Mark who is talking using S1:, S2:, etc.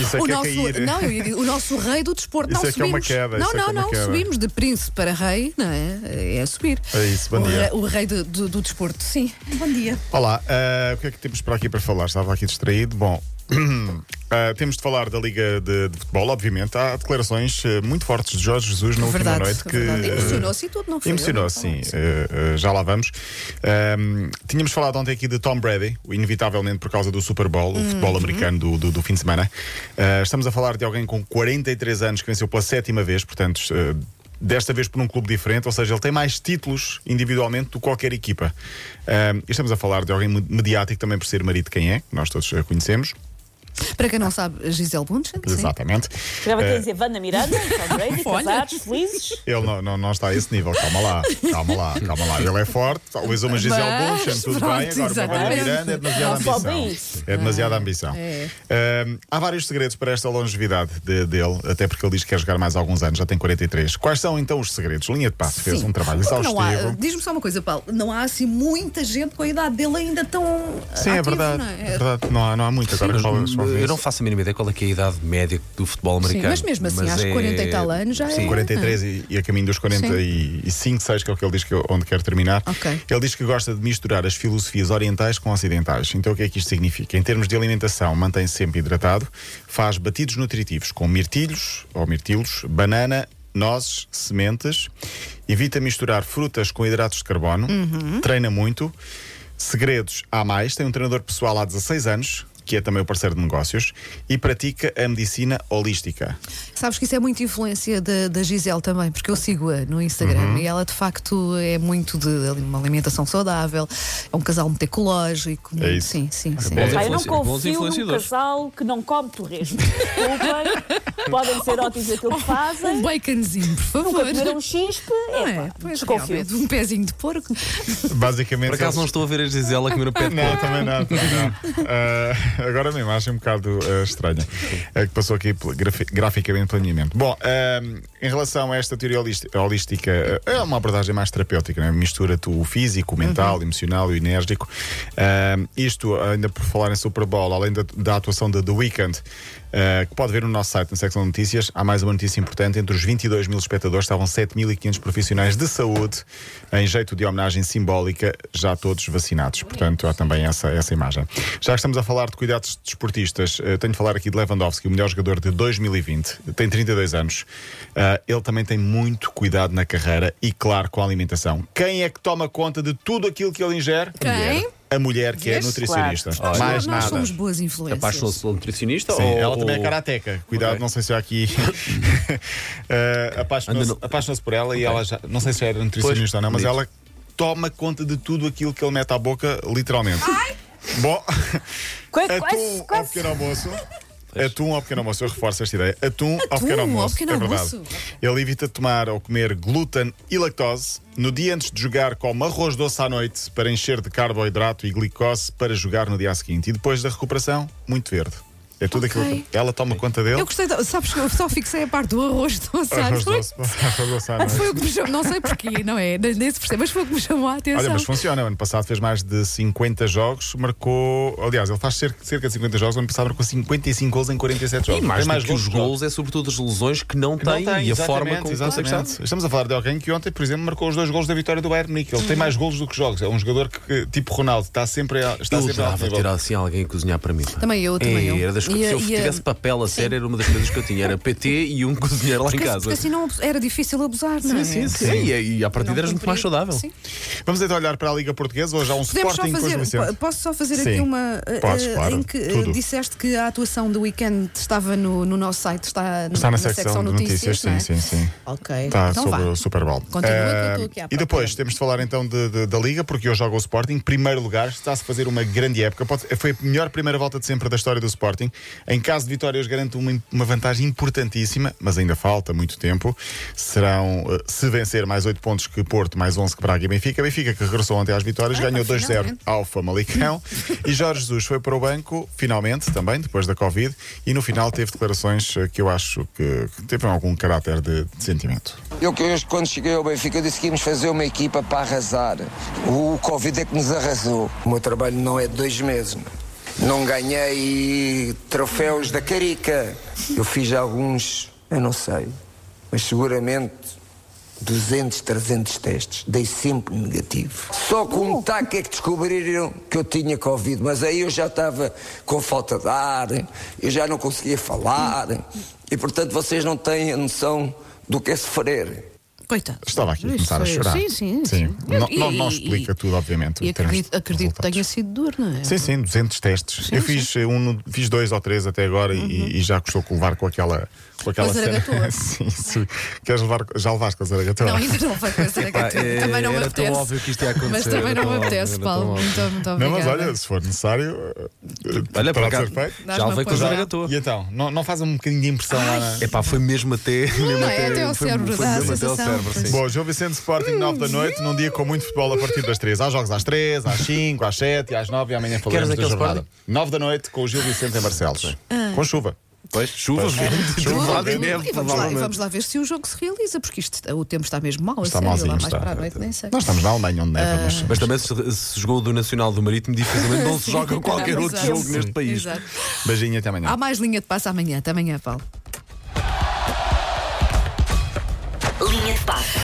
S1: Isso é
S2: o
S1: que é
S2: nosso,
S1: cair.
S2: Não, eu ia dizer, o nosso rei do desporto.
S1: Isso
S2: não
S1: é que é
S2: subimos.
S1: uma queda,
S2: não,
S1: isso é
S2: não,
S1: que é uma
S2: não.
S1: queda.
S2: Subimos de príncipe para rei, não é? É subir.
S1: É isso, bom
S2: o,
S1: dia.
S2: Rei, o rei do, do- do desporto, sim. Bom dia.
S1: Olá, ah, o que é que temos para aqui para falar? Estava aqui distraído. Bom, ah, temos de falar da Liga de, de Futebol, obviamente. Há declarações eh, muito fortes de Jorge Jesus na última
S2: É verdade.
S1: noite que.
S2: verdade.
S1: eh,
S2: Emocionou-se e tudo, não foi?
S1: Emocionou,
S2: Eu,
S1: sim. Eh, eh, já lá vamos. Ahm, tínhamos falado ontem aqui de Tom Brady, o inevitavelmente por causa do Super Bowl, o
S2: Uhum.
S1: futebol americano do, do- do fim de semana. Ah, estamos a falar de alguém com 43 anos que venceu pela sétima vez, portanto. eh, Desta vez por um clube diferente, ou seja, ele tem mais títulos individualmente do que qualquer equipa. Ahm, e estamos a falar de alguém me- mediático também por ser marido de quem é, que nós todos eh, conhecemos.
S2: Para quem não sabe, Gisele Bundchen. sim.
S1: Exatamente.
S3: Estava aqui
S1: Eh,
S3: a dizer Vanda Miranda, Tom Brady,
S2: Olha.
S3: casados, felizes.
S1: Ele não, não, não está a esse nível, calma lá, calma lá, calma lá. Ele é forte, talvez uma Gisele
S2: Mas,
S1: Bunchen, tudo
S2: pronto,
S1: bem, agora para Vanda
S2: exatamente.
S1: Miranda é demasiada
S3: Não sobe
S1: ambição.
S3: isso.
S1: É demasiada ambição.
S2: É.
S1: Ahm, há vários segredos para esta longevidade de- dele, até porque ele diz que quer jogar mais alguns anos, já tem 43. Quais são então os segredos? Linha de passo fez
S2: Sim.
S1: um trabalho
S2: Porque
S1: exaustivo.
S2: não há- Diz-me só uma coisa, Paulo. Não há assim muita gente com a idade dele ainda tão.
S1: Sim, é
S2: ativo,
S1: verdade,
S2: não é?
S1: é verdade. Não há, não há muito agora.
S4: Mas,
S1: fala- fala
S4: eu não
S1: nisso.
S4: faço a mínima ideia qual é, que é a idade média do futebol americano.
S2: mas mesmo assim, acho que 40 e tal anos já é-
S4: Sim.
S1: 43 e, e a caminho dos 45, 6, que é o que ele diz que onde quer terminar.
S2: Ok.
S1: Ele diz que gosta de misturar as filosofias orientais com ocidentais. Então o que é que isto significa? Em termos de alimentação, mantém-se sempre hidratado, faz batidos nutritivos com mirtilhos ou mirtilos, banana, nozes, sementes, evita misturar frutas com hidratos de carbono, treina muito. Segredos há mais, tem um treinador pessoal há 16 anos. Que é também o parceiro de negócios e pratica a medicina holística.
S2: Sabes que isso é muito influência da, da Gisele também, porque eu sigo-a no
S4: Uhum.
S2: Instagram e ela de facto é muito de ali, uma alimentação saudável, é um casal muito ecológico.
S4: É
S2: muito-
S1: isso.
S2: Sim, sim, sim.
S4: bom. Bons
S3: Pá, eu não
S4: influenci- bons
S3: confio num
S4: influenciadores.
S3: casal que não come torresmo. Desculpem, podem ser ótimos aquilo que
S2: Um
S3: fazem.
S2: baconzinho, por favor. é?
S3: Nunca comeram um chispe.
S2: Não
S3: É,
S2: é?
S3: pá,
S2: Pois,
S3: desconfio.
S2: realmente, um pezinho de porco.
S1: Basicamente,
S4: Por acaso não
S1: eles-
S4: estou a ver a Gisela a comer o pé de
S1: Não,
S4: porco.
S1: também não. também não. Ah, agora mesmo, acho um bocado ah, estranha. É que passou aqui pela- grafi- graficamente pela minha mente. Bom, ah, em relação a esta teoria holist- holística, ah, é uma abordagem mais terapêutica, não é? mistura-te o físico, o mental, o emocional e o enérgico. Ah, isto, ainda por falar em Super Bowl, além da, da atuação de The Weeknd, ah, que pode ver no nosso site, na secção de notícias, há mais uma notícia importante. Entre os 22 mil espectadores estavam 7.500 profissionais de saúde em jeito de homenagem simbólica, já todos vacinados. Portanto, há também essa, essa imagem. Já que estamos a falar de cuidados desportistas, eh, tenho de falar aqui de Lewandowski, o melhor jogador de 2020, tem 32 anos. Ah, ele também tem muito cuidado na carreira e, claro, com a alimentação. Quem é que toma conta de tudo aquilo que ele ingere?
S2: Quem?
S1: Mulher. A mulher que é
S2: Vês?
S1: nutricionista.
S2: Nós-
S1: Mais
S2: nós
S1: nada.
S2: somos boas influências.
S4: Apaixonou-se pelo nutricionista
S1: Sim,
S4: ou.
S1: ela também é
S4: ou-
S1: karateca. Cuidado,
S4: Ok.
S1: não sei se há aqui. Eh, apaixonou-se,
S4: Anda no-
S1: apaixonou-se por ela e ela já. Não sei se era nutricionista
S4: Pois,
S1: ou não, mas
S4: bonito.
S1: ela toma conta de tudo aquilo que ele mete à boca, literalmente. Bom,
S3: Qua-
S1: É atum
S3: Quase,
S1: ao
S3: quase.
S1: pequeno almoço. Atum ao pequeno almoço, eu reforço esta ideia. Atum, ao pequeno
S2: ao
S1: almoço.
S2: pequeno
S1: é verdade.
S2: almoço.
S1: Ele evita tomar ou comer glúten e lactose. No dia antes de jogar, come arroz doce à noite para encher de carboidrato e glicose para jogar no dia seguinte. E depois da recuperação, muito verde. É tudo
S2: Ok.
S1: aquilo que ela toma conta dele.
S2: Eu gostei, da- sabes que eu só fixei a parte do arroz doce. à
S1: Arroz
S2: noite.
S1: doce, arroz doce à noite.
S2: Foi o que me chamou, não sei porquê, não é? Nem nem se percebe, mas foi o que me chamou a atenção.
S1: Olha, mas
S4: um
S1: funciona. O ano passado fez mais de 50 jogos, marcou. Aliás, ele faz cerca, cerca de 50 jogos. O ano passado marcou 55 gols em 47 jogos.
S4: E mais,
S1: Tem
S4: do que os
S1: que
S4: gols é sobretudo as lesões que não
S1: que
S4: tem,
S1: não tem,
S4: e a
S1: exatamente,
S4: forma como
S1: exatamente.
S4: consegue.
S1: Estamos a falar de alguém que ontem, por exemplo, marcou os dois gols da vitória do Bayern Munique. Ele tem mais golos do que jogos. É um jogador que, que, tipo Ronaldo, está sempre a, está
S4: Eu
S1: sempre alto
S4: adorava
S1: nível.
S4: ter assim alguém a cozinhar para mim. pá.
S2: Também eu, também
S4: Ei,
S2: eu.
S4: Era
S2: E a-
S4: das coisas, se eu
S2: e a-
S4: tivesse papel a sério, era uma das coisas que eu tinha. Era PT e um cozinheiro lá em
S2: Porque,
S4: casa.
S2: porque assim não era difícil abusar, não é?
S4: Sim, sim, E, e à partida eras muito mais saudável.
S2: Sim.
S1: Vamos então olhar para a Liga Portuguesa. Hoje há um
S2: Podemos
S1: Sporting
S2: só
S1: com o
S2: fazer,
S1: Gil Vicente.
S2: po- posso só fazer
S1: Sim.
S2: aqui uma eh,
S1: Podes,
S2: eh,
S1: claro,
S2: em que eh,
S1: tudo.
S2: disseste que a atuação do weekend estava no, no nosso site, está, no-
S1: Está na, secção, de notícias,
S2: não é?
S1: sim, sim, sim.
S2: Ok,
S1: Está
S2: então
S1: sobre
S2: vá.
S1: o Super Bowl.
S2: Continua que eu estou
S1: Ah,
S2: aqui à
S1: e
S2: procura.
S1: depois temos de falar então de- de- da Liga, porque hoje joga o Sporting. Primeiro lugar, está-se a fazer uma grande época. Pode- foi a melhor primeira volta de sempre da história do Sporting. Em caso de vitória, hoje garante uma, uma vantagem importantíssima, mas ainda falta muito tempo. Serão, ah, se vencer, mais 8 pontos que Porto, mais 11 que Braga e Benfica. Benfica, que regressou ontem às vitórias,
S2: Ah,
S1: ganhou
S2: pá,
S1: 2-0
S2: finalmente.
S1: ao Famalicão. e Jorge Jesus foi para o banco, finalmente, também, depois da Covid. E no final teve declarações ah, que eu acho que, que teve algum caráter de- de sentimento.
S5: Eu que hoje, quando cheguei ao Benfica, eu disse que íamos fazer uma equipa para arrasar. O Covid é que nos arrasou. O meu trabalho não é de dois meses. meu. Não ganhei troféus da Carica. Eu fiz alguns, eu não sei, mas seguramente 200, 300 testes. Dei sempre negativo. Só com um taque é que descobriram que eu tinha Covid, mas aí eu já estava com falta de ar, eu já não conseguia falar, e portanto vocês não têm a noção do que é sofrer.
S2: Coitado.
S1: Estava aqui a
S2: Isto
S1: começar a
S2: foi-
S1: chorar.
S2: é- Sim, sim.
S1: Sim. Não-
S2: E-
S1: não- não
S2: e-
S1: explica
S2: e-
S1: tudo, obviamente,
S2: E
S1: em termos de
S2: acredito, acredito que
S1: resultados.
S2: tenha sido duro, não é?
S1: Sim, sim, 200 testes. eu fiz, eh, um, no- fiz dois ou três até agora e- e, já custou com levar com aquela, com aquela
S2: Uhum. Com a
S1: cena.
S2: zaragatua.
S1: sim, sim. Queres levar, já levaste com a zaragatua?
S2: Não, ainda não vai acontecer
S4: Epá,
S2: aqui.
S4: é-
S2: Também não me
S4: era tão
S2: apetece.
S4: óbvio que isto ia acontecer,
S2: Mas também
S4: era
S2: não me
S4: tão
S2: apetece,
S4: óbvio, era
S2: Paulo.
S4: tão óbvio.
S2: Muito, muito obrigada.
S1: Não, mas olha, se for necessário,
S4: Olha, para
S1: para
S4: cá,
S1: ser feito.
S2: Dá-me
S4: já
S2: uma
S4: levei com a
S2: coisa.
S4: zaragatua.
S1: E então, não, não faz um bocadinho de impressão lá na...
S4: Epá, É foi mesmo até. mesmo
S2: é até ao
S4: foi-
S2: cérebro,
S4: foi
S2: dá a
S4: mesmo até ao
S2: sensação.
S4: cérebro, sim.
S1: Bom, Gil Vicente Sporting, 9 da noite, num dia com muito futebol a partir das 3. Há jogos às 3, às 5, às 7 e às 9 e amanhã falaremos da
S4: aquele
S1: jornada.
S4: Sporting?
S1: 9 da noite com o Gil Vicente em Barcelos.
S2: Ah.
S1: Com chuva.
S4: Pois, chuva, vento,
S1: Chuva,
S4: chuva,
S1: vento.
S4: e neve,
S2: E vamos lá, e
S4: provavelmente.
S2: vamos lá ver se o jogo se realiza, porque isto, o tempo está mesmo mal. a
S1: Está
S2: sério,
S1: malzinho.
S2: lá mais
S1: Está.
S2: para a noite, nem sei. Ah.
S1: Nós estamos na Alemanha, onde neva, mas-
S4: Mas também se, se jogou o do Nacional do Marítimo, dificilmente não se joga qualquer outro
S2: Exato.
S4: jogo neste país.
S2: é Exato.
S1: Beijinho até amanhã.
S2: Há mais linha de passo amanhã. Até amanhã, Paulo.
S6: Linha de passe.